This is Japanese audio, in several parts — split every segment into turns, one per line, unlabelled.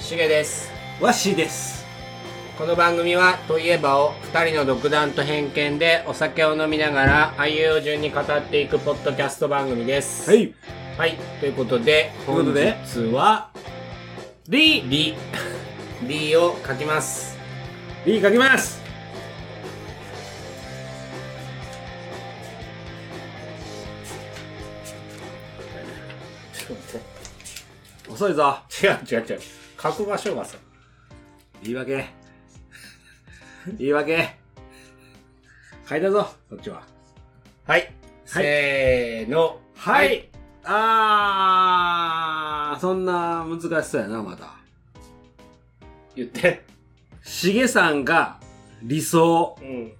しげです
わっしーです
この番組は「といえば」を2人の独断と偏見でお酒を飲みながらあいうえお順に語っていくポッドキャスト番組です
は、い
はい、ということで
というこ
本
と
日
で
は「
D!
り」「り」を書きます
D 書きます遅いぞ
違う違う違う書く場所がさ
言い訳言い訳書いたぞそっちは
はい、せーの
はい、あーそんな難しそうやなまた
言って
しげさんが理想
うん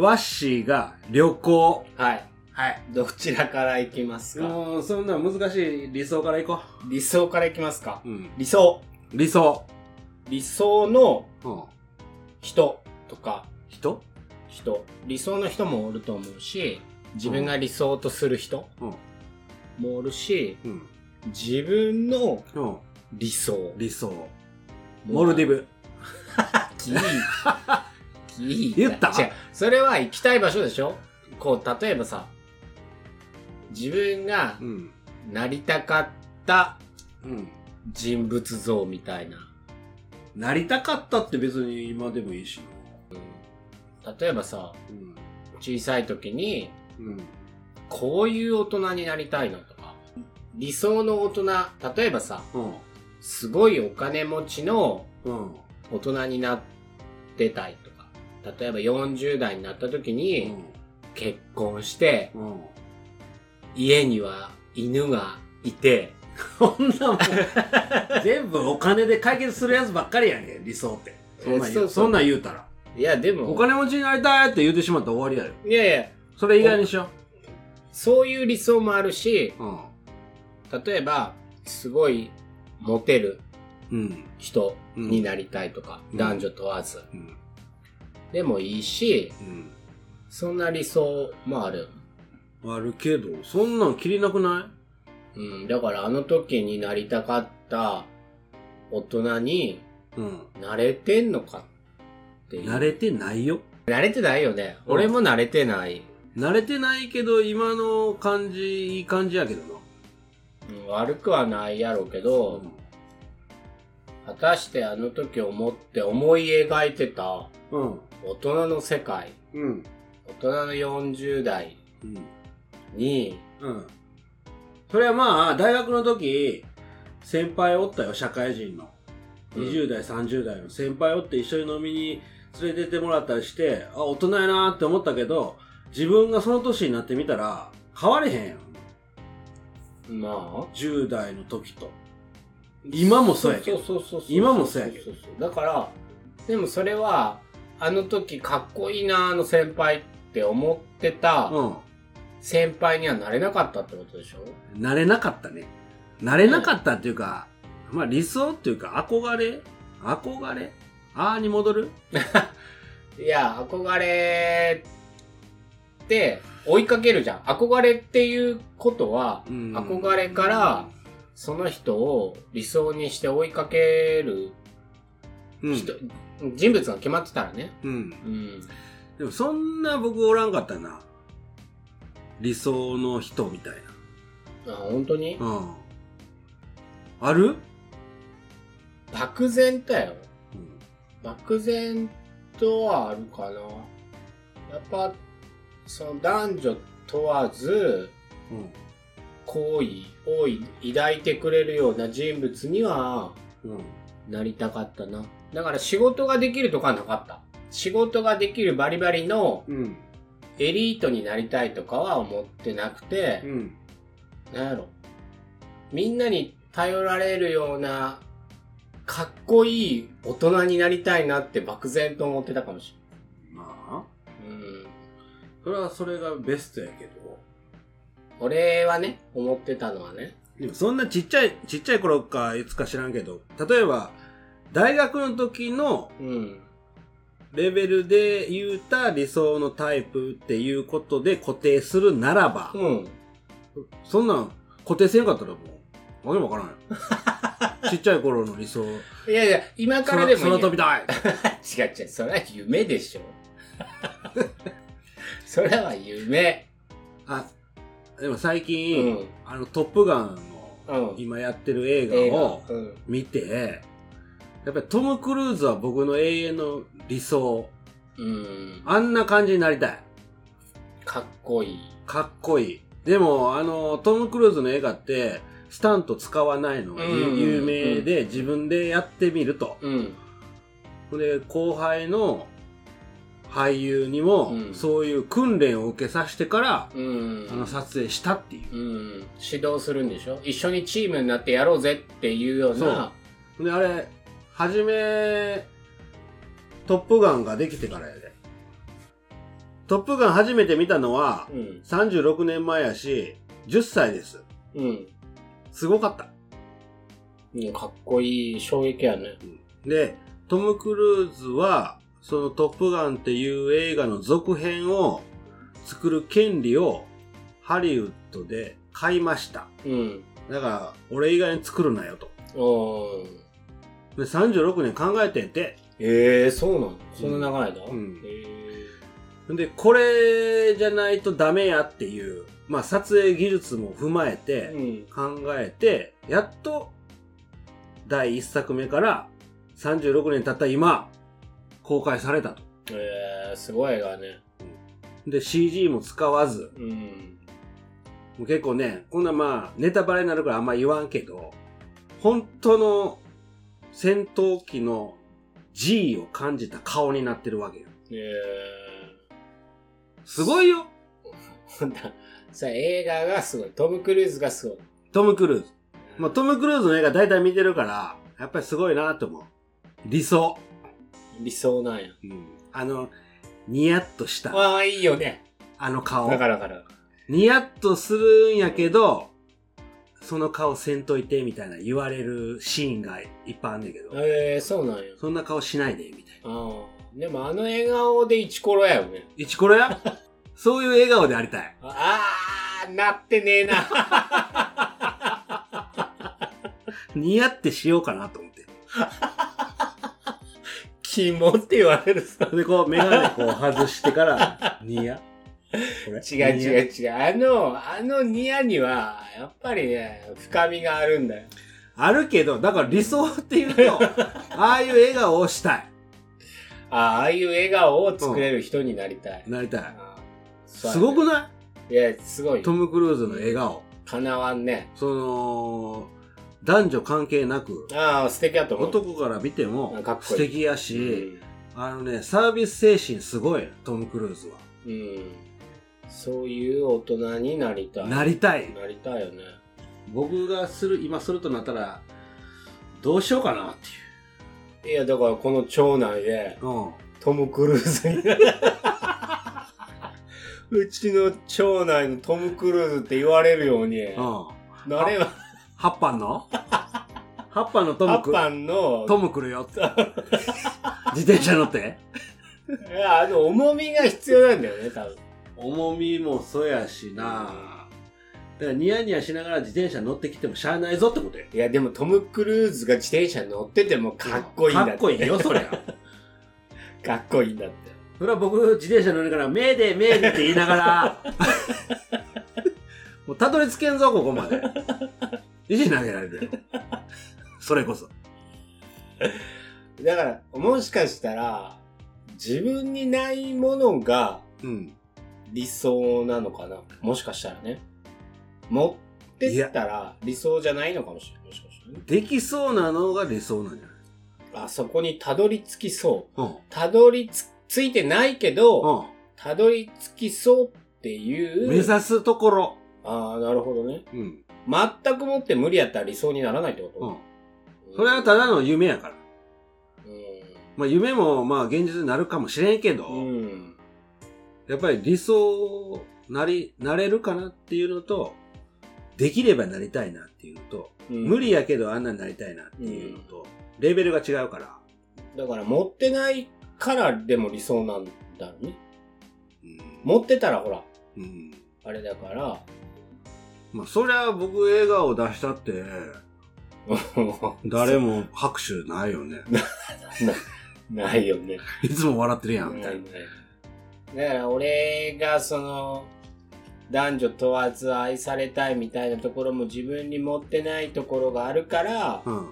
ワッシーが旅行
はい
はい
どちらからいきますか、
もうそんな難しい理想からいこ
理想からいきますか
う、うん、
理想
理想、
理想の
うん、
人とか
人、
人理想の人もおると思うし自分が理想とする人
うん
もおるし
うん
自分の
うん、
理想
理想モルディ
ブ
ブ
キ ーキー
言った
違うそれは行きたい場所でしょこう例えばさ自分が
うん
なりたかった
うん
人物像みたいな
なりたかったって別に今でもいいし
例えばさ
うん
小さい時に
うん
こういう大人になりたいのとか理想の大人例えばさ
うん
すごいお金持ちの
うん
大人になってたいとか例えば40代になった時に結婚して
うんうん
家には犬がいて
こんなもん全部お金で解決するやつばっかりやねん理想ってそんなん
えそ
言
う
う
そう
そんなん言うたら
いやでも
お金持ちになりたいって言うてしまったら終わりやよ
いやいや
それ以外にしよ
そういう理想もあるし
ううん
例えばすごいモテる
うん
人になりたいとか、
うん
男女問わず
うん
でもいいし
うん
そんな理想もある
あるけどそんなん切りなくない
うん、だからあの時になりたかった大人に
うん。
なれてんのかっていう
慣れてないよ。
慣れてないよね。
うん
俺も慣れてない。
慣れてないけど、今の感じ、いい感じやけどな。
うん、悪くはないやろうけど、果たしてあの時思って思い描いてた
うん。
大人の世界、
うん。
大人の40代
うん。
に、
うん。それはまあ、大学の時、先輩おったよ、社会人の。
うん
20代、30代の先輩おって一緒に飲みに連れてってもらったりして、あ、大人やなって思ったけど、自分がその年になってみたら、変われへんやん。
まあ、
10代の時と。今もそうやけど。
そうそうそうそう
今もそうやけど
そうそうそうだから、でもそれは、あの時かっこいいなあの先輩って思ってた、
うん。
先輩にはなれなかったってことでしょ
なれなかったね。なれなかったっていうか、まあ理想っていうか憧れ憧れあーに戻る
いや憧れって追いかけるじゃん憧れっていうことは、
うん
憧れからその人を理想にして追いかける
うん。
人、人物が決まってたらね
うん。
うん
でもそんな僕おらんかったな。理想の人みたい
あ本当に、
な。うん。ある
漠然だよ
うん。
漠然とはあるかなやっぱその男女問わず好意を抱いてくれるような人物には
うん。うん。
なりたかったなだから仕事ができるとかなかった仕事ができるバリバリの
うん。
エリートになりたいとかは思ってなくて
う、ん。
なんやろみんなに頼られるようなかっこいい大人になりたいなって漠然と思ってたかもし
まあ、
れない、うん、
それはそれがベストやけど。
俺はね思ってたのはね
でもそんなちっちゃい、ちっちゃい頃かいつか知らんけど、例えば、大学の時の
うん
レベルで言うた理想のタイプっていうことで固定するならば、
うん
そんなん固定せんかったらもう、わけわからんよ。ちっちゃい頃の理想。
いやいや、今からでもいい
空
よ。
飛びたい。
違う違う、それは夢でしょ。 それは夢。
あ、でも最
う
近、
ん。
あの、トップガン
う
の
ん。
今やってる映
映
画
画
を
うん。
見て、やっぱりトム・クルーズは僕の永遠の理想。
うん。
あんな感じになりたい。
かっこいい。
かっこいい。でも、あの、トム・クルーズの映画って、スタント使わないのが
うん
有名で、自分でやってみると。
うん。
で、後輩の俳優にも
う、ん
そういう訓練を受けさせてから、
うん。
あの、撮影したっていう
うん。指導するんでしょ一緒にチームになってやろうぜっていうような。
で、あれ、はじめ、トップガンができてからやで。トップガン初めて見たのは、
うん。
36年前やし、10歳です。
うん。
すごかった。
うんかっこいい衝撃やね。
で、トム・クルーズは、そのトップガンっていう映画の続編を作る権利をハリウッドで買いました。
うん。
だから、俺以外に作るなよと。
うん。
で、36年考えてんて。
ええそうなのそんな長い間、
うん
へえ
で、これじゃないとダメやっていう、まあ撮影技術も踏まえて、
うん。
考えて、やっと、第一作目から36年経った今、公開されたと。
ええすごい映画ね。
で、CG も使わず、
うん。
もう結構ね、こんなまあ、ネタバレになるからあんま言わんけど、本当の戦闘機の G を感じた顔になってるわけよ。
え
すごいよ
えだ、さ、映画がすごい。トム・クルーズがすごい。
トム・クルーズ。まあ、トム・クルーズの映画大体見てるから、やっぱりすごいなと思う。理想。
理想なんや。
あの、ニヤッとした、
ああ、いいよね。
あの顔
だ。からだから。
ニヤッとするんやけど、その顔せんといて、みたいな言われるシーンがいっぱいあんねんけど、
ええそうなんや。
そんな顔しないで、みたいな。
ああ。でもあの笑顔でイチコロやよね。
イチコロ やそういう笑顔でありたい。
ああ、なってねえな。
似合ってしようかなと思って。
キモって言われるさ。
で、こう、メガネこう外し てから、似合これ
違う違う違う。あの、あのニヤには、やっぱりね、深みがあるんだよ。
あるけど、だから理想っていう と、ああいう笑顔をしたい。
ああああいう笑顔を作れる人になりたい。
なりたい。
ああそうや
す
ね
ごくない
や、すごい
い。トム・クルーズの笑顔。
かなわんね。
その、男女関係なく、
ああ、素敵だと思う。
男から見ても
かっこいい
素敵や
う
し、
ん。
あのね、サービス精神すごい、トム・クルーズは。
うん。そういう大人になりたい。
なりたい。
なりたいよね。
僕がする、今するとなったら、どうしようかなっていう。
いや、だからこの町内で、
うん。
トム・クルーズに。 うちの町内のトム・クルーズって言われるように、
うん。
なれは、
ハッパン のハッパンのト
ア
ム
ッ
く
パンの、
トム来るよって。自転車乗って。
いやあの、重みが必要なんだよね、多分。
重みもそうやしなだからニヤニヤしながら自転車乗ってきてもしゃあないぞってことよ。
いや、でもトム・クルーズが自転車乗っててもかっこいいんだ
か
って。
っこいいよ、そりゃ。
かっこいいんだって。
それは僕、自転車乗りながら、めでめでって言いな がら、もうたどり着けんぞ、ここまで。石投げられるよ。それこそ。
だから、もしかしたら、自分にないものが
うん。
理想なのかな。もしかしたらね。持ってったら理想じゃないのかもしれない。もしかしたらね。
できそうなのが理想なんじゃない
あそこにたどり着きそう。
うん。
たどりつついてないけど、
うん。
たどり着きそうっていう。
目指すところ。
ああ、なるほどね。
うん。
全く持って無理やったら理想にならないってこと、
うん。それはただの夢やから。
う
まあ夢もまあ現実になるかもしれんけど、
ん。うん。
やっぱり理想なり、なれるかなっていうのと、できればなりたいなっていうのと、
うん
無理やけどあんなになりたいなっていうのと、レベルが違うから、
だから持ってないからでも理想なんだろうね。
うん
持ってたらほら、
うん
あれだから、
まあそりゃ僕映画を出したって、誰も拍手ないよ ね。
ないよね。
いつも笑ってるやん、み
な
たい
い
な。
ないだから俺がその男女問わず愛されたいみたいなところも自分に持ってないところがあるから
うん。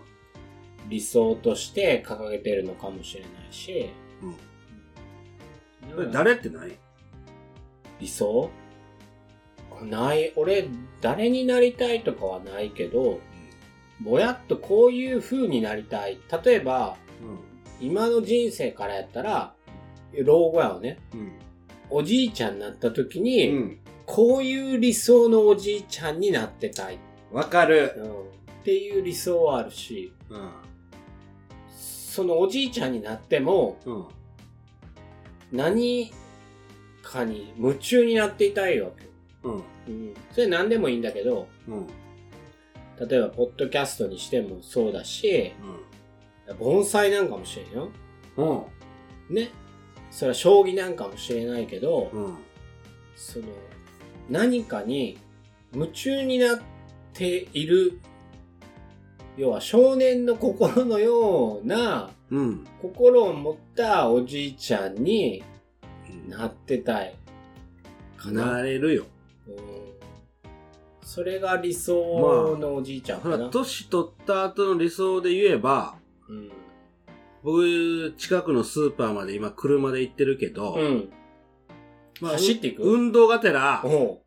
理想として掲げてるのかもしれないし、
それ誰ってない
理想ない俺誰になりたいとかはないけどぼやっとこういう風になりたい例えば今の人生からやったら老後やをね
うん。
おじいちゃんになった時
う
に、
ん。
こういう理想のおじいちゃんになってたい、
わかる。
っていう理想はあるし
うん。
そのおじいちゃんになっても
うん。
何かに夢中になっていたいわけ、
うん。
うん、それ何でもいいんだけど
うん。
例えばポッドキャストにしてもそうだし盆栽なんかもしれんよ
うん。
ねそれは将棋なんかもしれないけど、
うん。
その何かに夢中になっている要は少年の心のような
うん。
心を持ったおじいちゃんになってたいかな、
なれるよ。
うんそれが理想のおじいちゃん
ほ
かな、
ら、年取った後の理想で言えば、
うん
僕、近くのスーパーまで今車で行ってるけど、
うん
まあ
走っていく
運動がてら、
おう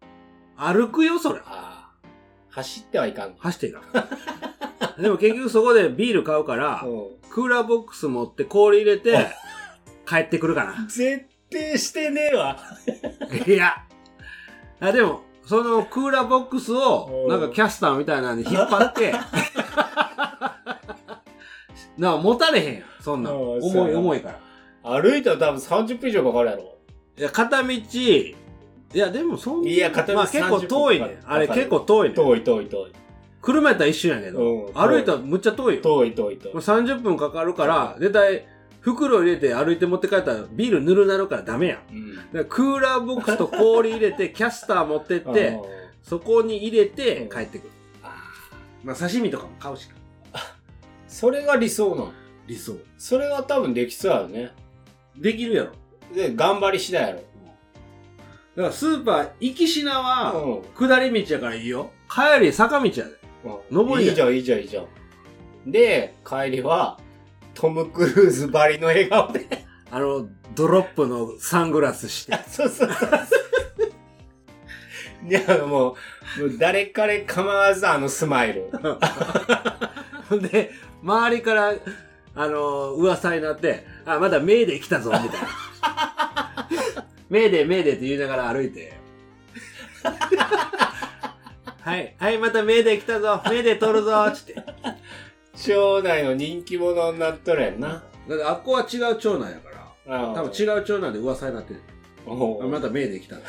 歩くよ、それ。
ああ走ってはいかん
走っていか んでも結局そこでビール買うから、
おう
クーラーボックス持って氷入れて、帰ってくるかな。
絶対してねえわ
いや。あでも、そのクーラーボックスを
お、う
なんかキャスターみたいなのに引っ 張って、なあ、持たれへんやん。そんなん。
おうそう
重い、
やな
重いから。
歩いたら多分30分以上かかるやろ
いや、片道、いや、でもそんな。
いや片道
まあ結構遠い
30分
ね
か。かる
あれ結構遠いね。
遠い遠い遠い
車やったら一瞬やけ
う
ど
ん、
歩いたらむっちゃ遠いよ。
遠い遠い遠い
もう30分かかるから、絶対袋入れて歩いて持って帰ったらビールぬるなるからダメやん。
うん
だからクーラーボックスと氷入れて、キャスター持ってっ
あ
て
の、
そこに入れて帰ってくる。
あ
まあ刺身とかも買うしか。
それが理想なの
理想。
それは多分できそうやろね
できるやろ。
で頑張り次第や
だからスーパー、行きしなは、
ろ
下り道やからいいよ。帰り坂道やで。
うん
登り
いいじゃんいいじゃんいいじゃんで帰りはトム・クルーズばりの笑顔で
あの、ドロップのサングラスして。
そうそうそういやもうもう誰彼構わずあのスマイル
ほんで、周りから、あのー噂になって、あ、まだメーデー来たぞ、みたいな。メーデー、メーデーって言いながら歩いて。はい、はい、またメーデー来たぞ、メーデー取るぞ、つって。だ
町内の人気者になっとるやんな
ってあっこは違う町内やから、多
多
分違う町内で噂になってる。あまたメーデー来たぞ。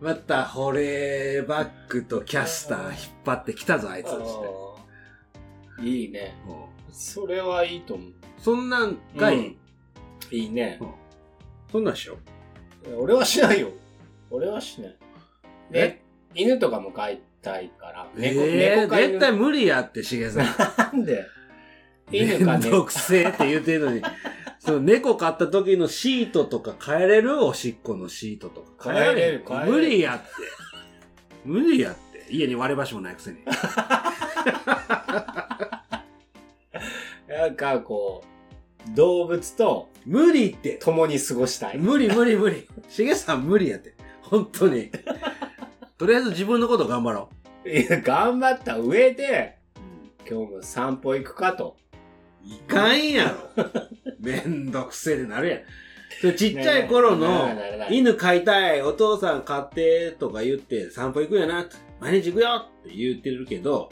また、保冷バッグとキャスター引っ張ってきたぞ、あいつ。つって
あーいいね。
うん
それはいいと思う。
そんなんがいい。
うんいいね。
そんなんしよう。
俺はしないよ。俺はしない。で、犬とかも飼いたいから。猫、
え
猫
ー、
飼い
絶対無理やって、しげさん。
なんで
め
犬か
んど
猫。
くせえって言ってるのに。その猫飼った時のシートとか変えれるおしっこのシートとか。
変えれる変えれる
無理やって。無理やって。家に割れ箸もないくせに。
なんかこう、動物と
無理って。
共に過ごしたい。
無理無理無理。しげさん無理やって。本当に。とりあえず自分のこと頑張ろ
いや頑張った上で、
う。
今日も散歩行くかと。
いかんやろ。めんどくせえでなるやん。それちっちゃい頃の、
ならないならない
犬飼いたい、お父さん飼ってとか言って散歩行くよな、毎日行くよって言ってるけど、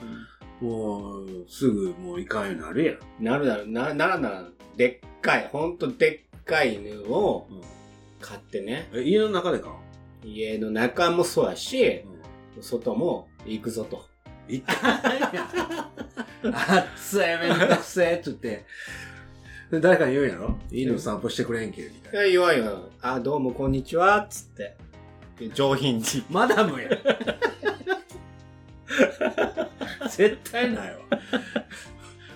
もうすぐもう行かんようになるやん。
なるなる、なならなら、でっかい、ほんとでっかい犬を飼ってね、
え家の中でか、
家の中もそうやし、外も行くぞと。
行かんやん。あっつえめんどくせえって言って。で誰かに言うんやろ犬散歩してくれんけ、みたいな。
え、弱いよ。あ、どうもこんにちは、つって。で上品に。
マダムやん。絶対ないわ。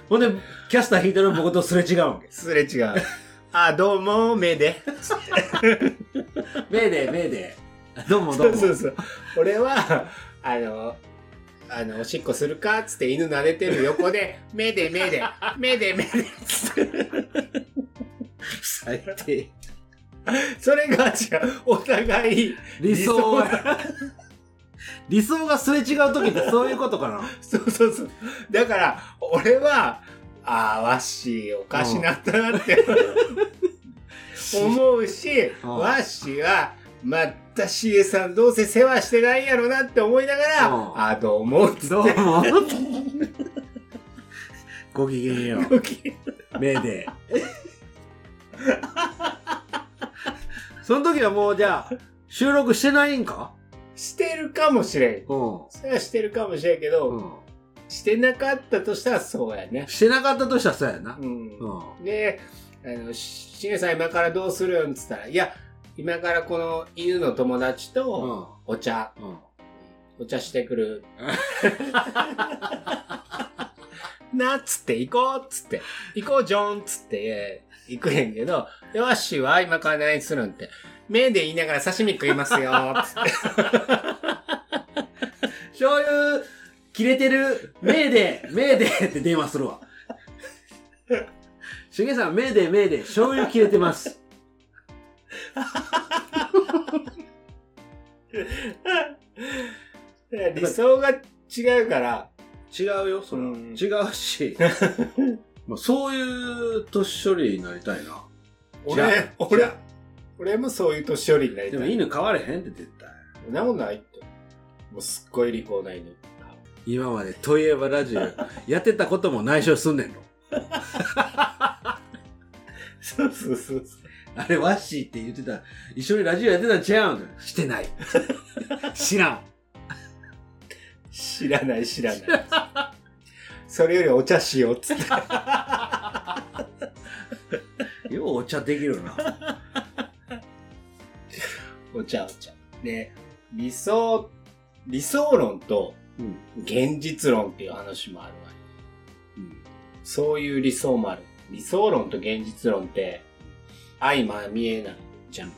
ほんで、キャスター引いてる僕とすれ違うわけ。
すれ違う。あ、どうも、目で。
めでめで。どうも
そ
ど
うう
も。
そうそう。俺は、あの、あの、おしっこするかっつって犬撫でてる横で、目で目で、目で目でっつって。
最低。
それが違う。お互い、
理想は。理想がすれ違う時ってそういうことかな。
そうそうそう。だから、俺は、ああ、ワッシーおかしなったなって思うし、
うん
ワッシーは、また CA さんどうせ世話してないやろなって思いながら、
うん
ああ、どうも、つって
どうも。ごきげんよう。めで。 その時はもうじゃあ、収録してないんか
してるかもしれん。
うん。
それはしてるかもしれんけど、
うん。
してなかったとしたらそうやね。
してなかったとしたらそうやな
う。ん。
うん。
で、あの、ししげさん今からどうするんつったら、いや、今からこの犬の友達
う
と
ん。
お茶、
うん。
お茶してくる。 なっつって行こうっつって、行こうジョンっつって行くへんけど、よしは今から何するんって、目で言いながら刺身食いますよっつって。
醤油、切れてる、めで、 めでって電話する わ。しげさん、めで、めで、醤油切れてます。
理想が違うから、
違うよ、それは。
うん
違う し。まあ、そういう年処理になりたいな。じゃあ
俺、俺、俺もそういう年寄りになりた
で
い。
も犬飼われへんって絶対。
そんなもんないって。もうすっごい利口な犬。
今までといえばラジオ、やってたことも内緒すんねんの。
そうそうそうそ
あれ、ワッシーって言ってた、一緒にラジオやってたんちゃうんして ない。知らん。
う。知らない知らない。それよりお茶しようっつって。
ようお茶できるな。
お茶お茶。で、理想、理想論と
うん。
現実論っていう話もあるわ。
うん。
そういう理想もある。理想論と現実論って、相ま見えないじゃん。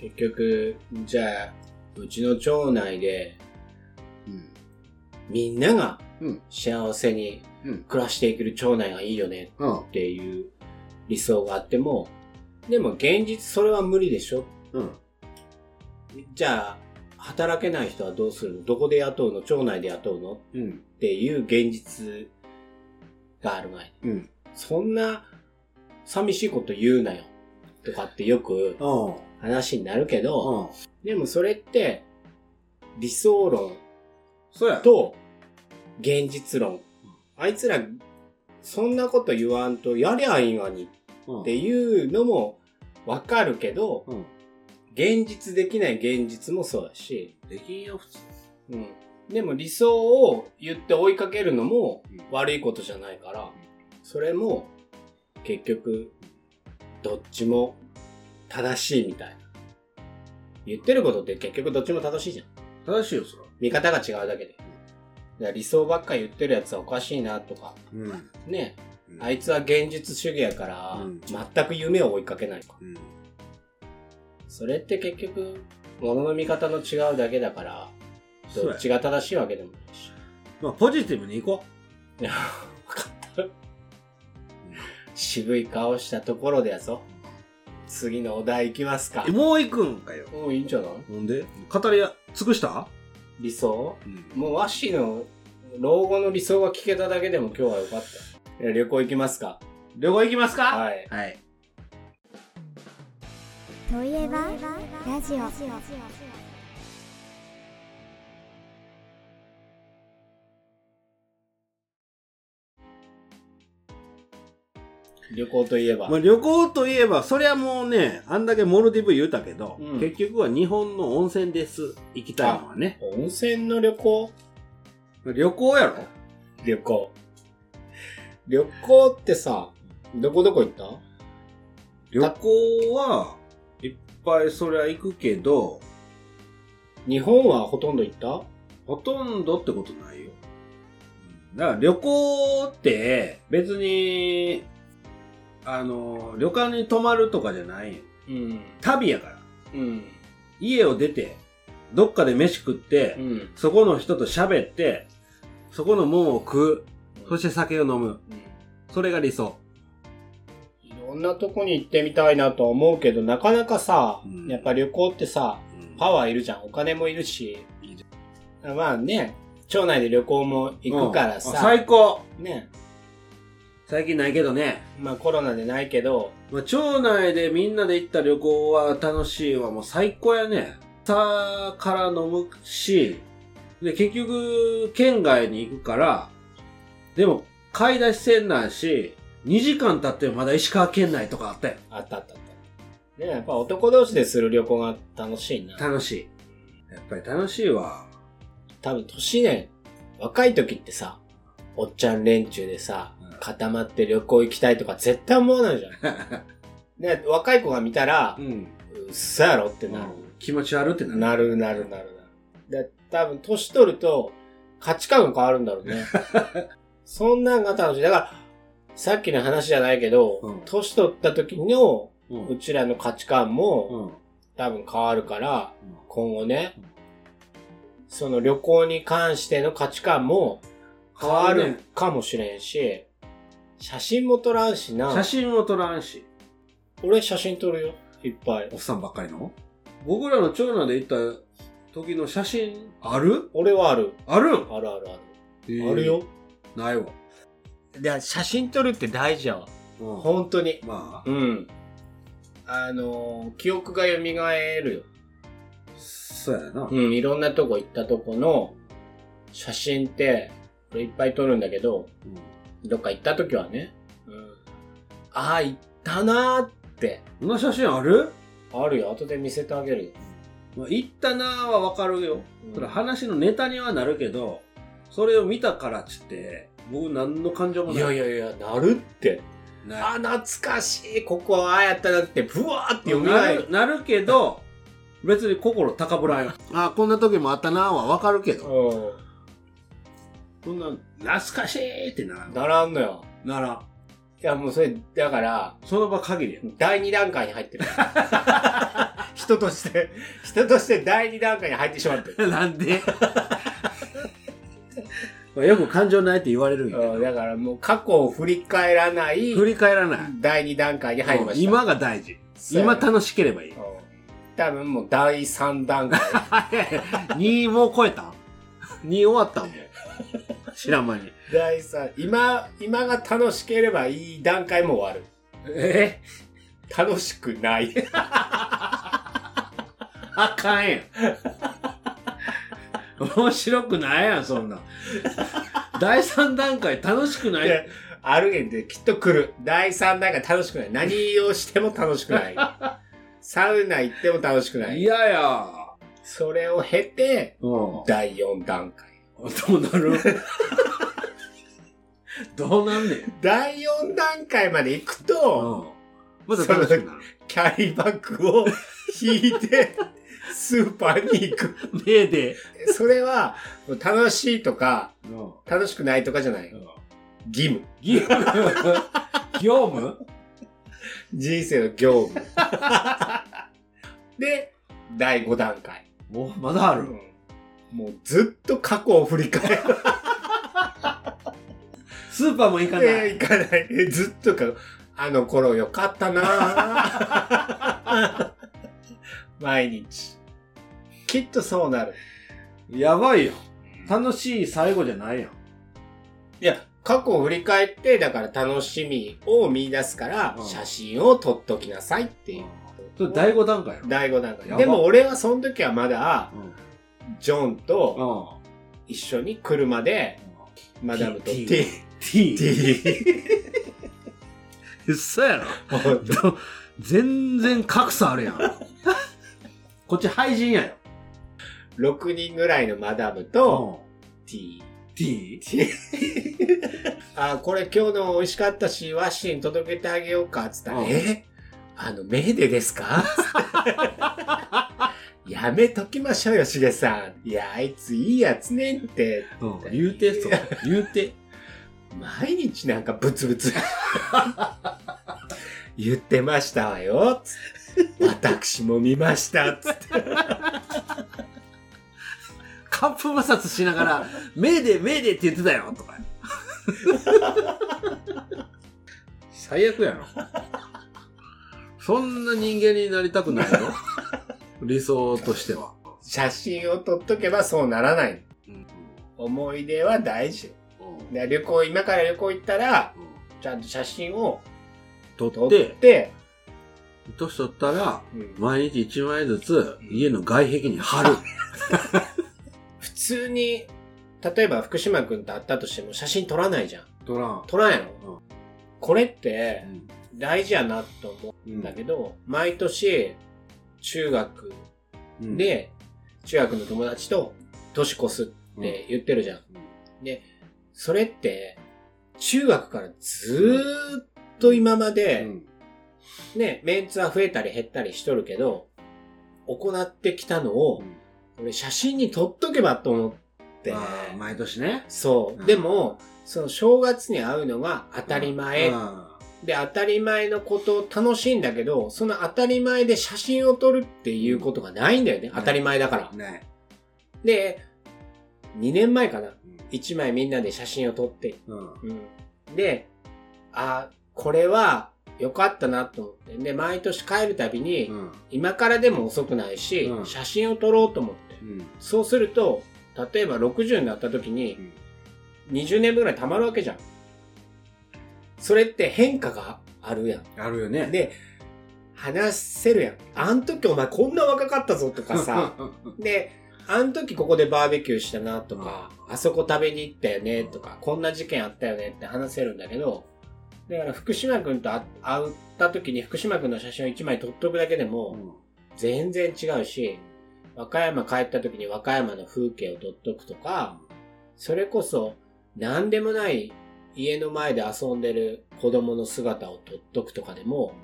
結局、じゃあ、うちの町内で、
うん。
みんなが
うん
幸せに
うん。
暮らしていける町内がいいよね
うん。
っていう理想があっても、でも現実それは無理でしょ
うん。
じゃあ、働けない人はどうするのどこで雇うの町内で雇うの
うん。
っていう現実がある前に。
うん。
そんな寂しいこと言うなよとかってよく
うん。
話になるけど、
うん。
でもそれって理想論
そうや。
と現実論。あいつら、そんなこと言わんとやりゃいいのに
うん
っていうのもわかるけど、
うん。
現実できない現実もそうだし、
できんよ、普通。
うん。でも理想を言って追いかけるのも
うん
悪いことじゃないから、それも結局、どっちも正しいみたいな。言ってることって結局どっちも正しいじゃん。
正しいよ、そら。
見方が違うだけで。だから理想ばっか言ってるやつはおかしいなとか、
うん。
ね、あ
はい。
いつは現実主義やから
うん、
全く夢を追いかけないか。
うん。
それって結局、物の見方の違うだけだから、
そう
どっ
や
ち。が正しいわけでもないし。
まあ、ポジティブに行こ
いやわかった。渋い顔したところでやぞ。次のお題いきますか
う。。もう行くんかよ。
もういいんじゃない
ほんで語り尽くした
理想
うん。
もう和紙の老後の理想が聞けただけでも今日はよかった。いや旅行行きますか。
旅行行きますか
はい。
はい。
といえばラジオ
旅行といえば
まあ、。旅行といえば、そりゃもうね、あんだけモルディブ言うたけど、
うん
結局は日本の温泉です。行きたいのはね。
温泉の旅行
旅行やろ
旅行。旅行ってさ、どこどこ行った
旅行はいっぱいそりゃ行くけど、
日本はほとんど行った
ほとんどってことないよ。だから旅行って別に、あの、旅館に泊まるとかじゃないよ
うん。
旅やから。
うん。
家を出て、どっかで飯食って、
うん。
そこの人と喋って、そこのもんを食う、そして酒を飲む。
うん、
それが理想。
いろんなとこに行ってみたいなとは思うけど、なかなかさ、
うん
やっぱ旅行ってさ、パワーいるじゃん。お金もいるし。
いる
まあね、町内で旅行も行くから
うんあ
さ、
最高
ね、
最近ないけどね。
まあコロナでないけど、
まあ、町内でみんなで行った旅行は楽しいわ。もう最高やね。朝から飲むし、で、結局、県外に行くから、でも、買い出しせんないし、2時間経ってもまだ石川県内とかあったよ。
あったあったあった。ね、やっぱ男同士でする旅行が楽しいな。
楽しい。やっぱり楽しいわ。
多分年ね、若い時ってさ、おっちゃん連中でさ
うん、
固まって旅行行きたいとか絶対思わ ないじゃん。ね、若い子が見たら
う、ん。
うっさやろってなる。
気持ち悪ってなる。
なるなるなるなる。で、多分年取ると価値観が変わるんだろう ね。そんなんが楽しい。だから、さっきの話じゃないけど、
うん
年取った時の
う。
うんちらの価値観も、
うん。
多分変わるから、今後ね、その旅行に関しての価値観も変わ
変わる
る
ね
かもしれんし、写真も撮らんしな。
写真も撮らんし。
俺写真撮るよ。いっぱい
お。っさんばっかりの僕らの長男で行った時の写真ある
俺はある。
あるん
あるあるある。
えー
あるよ。
ないわ、
いや、写真撮るって大事やわ。
うん
本当に。
まあ
うん。あのー記憶が蘇るよ。
そうやな、
うん、いろんなとこ行ったとこの写真って、俺いっぱい撮るんだけど、どっか行った時はね、うん、ああ、行ったなーって、
こんな写真ある、
あるよ、後で見せてあげるよ。
まあ、行ったなーはわかるよ、
うん
それ話のネタにはなるけどそれを見たからっつって僕何の感情も
い
ない
やいやいや、なるって。
ない
あー、懐かしい、ここはああやったなって、ブワーって蘇
な
る
る。なるけど別に心高ぶらんよあこんな時もあったなーはわかるけ
う
そんな懐かしいってならん
ん、ならんのよ。
ならん
いや、もうそれ、だから、
その場限りや
第2段階に入って る。人として、人として第2段階に入ってしまって る。
なん でよく感情ないって言われるんやけど
うんだからもう過去を振り返らない
振り返らない、
第2段階に入りました。
今が大事
そうや
今
な
楽しけれ ばいい
多分もう第3段階。
2もう超えた2終わったもん知らん間に
第3、今、今が楽しければいい段階も終わる。
え
楽しくない。
あかんやん面白くないやんそんなん第3段階楽しくない
いやあるげんできっと来る。第3段階楽しくない。何をしても楽しく ない。サウナ行っても楽しくない。
嫌やや
それを経て、
うんど
第4段階。
うな るどうなんねん、
第4段階まで行く
う
と、
ん、まだ楽しくなる
キャリーバッグを引いて、スーパーに行 く。
目で、
それは、楽しいとか、
うん
楽しくないとかじゃない。義務。
業務業務
人生の業 務。で、第5段階。
おまだあ
う
る
んもうずっと過去を振り返っ
スーパーも行かない、
ていかない。ずっとか、あの頃よかったなぁ 毎日。きっとそうなる。
やばいよ楽しい最後じゃないや
い
ん
や、過去を振り返って、だから楽しみを見出すから、
うん
写真を撮っときなさいっていう。
それ第5段階やろ
第5段階
や。ば
でも俺はその時はまだ、ジョン
う
と
んうん
一緒に車で、マダムと
T
T。
T
T。
嘘やろど全然格差あるやんこっち廃人やよ
6人ぐらいのマダムと T。
T?
あ、これ今日の美味しかったし、ワッシーに届けてあげようか、つったら、
うん
えあの、メーデですか やめときましょうよ、しげさん。いや、あいついいやつねんって。
うん言うてそう言うて
毎日なんかブツブツ 言ってましたわよつって私も見ましたつって
カップ摩擦しなが ら、目で目でって言ってたよとか。最悪やろ。そんな人間になりたくないよ。理想としては。
写真を撮っとけばそうならない
うん
思い出は大事
うんうん
で旅行今から旅行行ったらちゃんと写真を
撮
撮
っ、
ってて、
年取ったら、
うん
毎日1枚ずつ家の外壁に貼る。
普通に例えば福島君と会ったとしても写真撮らないじゃん
撮らん。
撮らんやろ、
うん
これって大事やなと思う
う
んんだけど、毎年中学
うん、
で、中学の友達と年越す
う
っ
ん、
て言ってるじゃん。
うん
それって、中学からずーっと今ま
う
で、
ん
ね、メンツは増えたり減ったりしとるけど、行ってきたのを、俺写真に撮っとけばと思って。
あー毎年ね。
そうう。
ん
でも、その正月に会うのが当たり前
うんうん
で、当たり前のことを楽しいんだけど、その当たり前で写真を撮るっていうことがないんだよね。当たり前だから。
ね。
で、2年前かな。
うん
1枚みんなで写真を撮って。
うん
で、あーこれは良かったなと思って。で、毎年帰るたびに、
うん
今からでも遅くないし、
うん
写真を撮ろうと思って。
うん
そうすると、例えば60になった時に、20年分ぐらい溜まるわけじゃん。それって変化があるやん。
あるよね。
で、話せるやん。あん時お前こんな若かったぞとか さ。で、あん時ここでバーベキューしたなとか、あそこ食べに行ったよねとか、こんな事件あったよねって話せるんだけど、だから福島君と会会った時に福島君の写真を1枚撮っとくだけで
う
も
ん
全然違うし、和歌山帰った時に和歌山の風景を撮っとくとか、それこそ何でもない家の前で遊んでる子供の姿を撮っとくとかでも、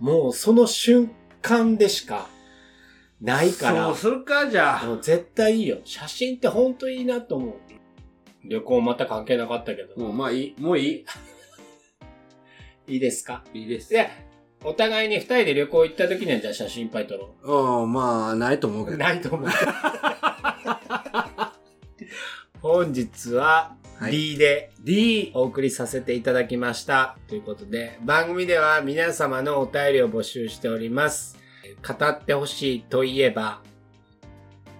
もうその瞬間でしかないから、
そうするか、じゃあ。
もう絶対いいよ。写真って本当いいなと思う。旅行また関係なかったけど。
もう、まあいい。もうい
いいですか
い。いいです。
で、お互いに二人で旅行行った時にはじゃあ写真いっぱい撮ろ
うん、まあ、ないと思うけ
う。
ど。
ないと思う。本日は
はい
D で
D。
お送りさせていただきました。ということで、番組では皆様のお便りを募集しております。語ってほしいといえば、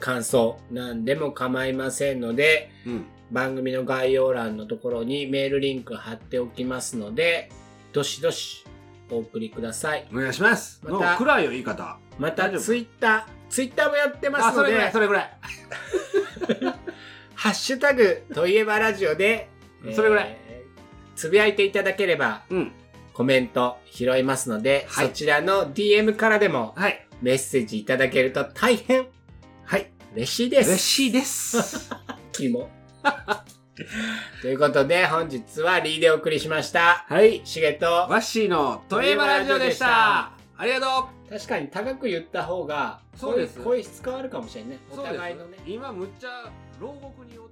感想、何でも構いませんので、
うん。
番組の概要欄のところにメールリンク貼っておきますので、どしどしお送りください。
お願いします。
ま
の
た
暗いよ、言い方。
また
大丈夫
ツイッター、ツイッターもやってますので、
れぐらい。
ハッシュタグといえばラジオで、
それぐらい
えーつぶやいていただければ
うん。
コメント拾いますので、
はい
そちらの DM からでも
はい。
メッセージいただけると大変
はい。
嬉しいです。
嬉しい です。
キモということで、本日はリーでお送りしました。
はい。
しげと、
ワッシーのトエバラジオでした。ありがと
確かに高く言った方が
そうです
声声質変わるかもしれんね
う。
お互いのね
そうです今、むっちゃ、牢獄におっ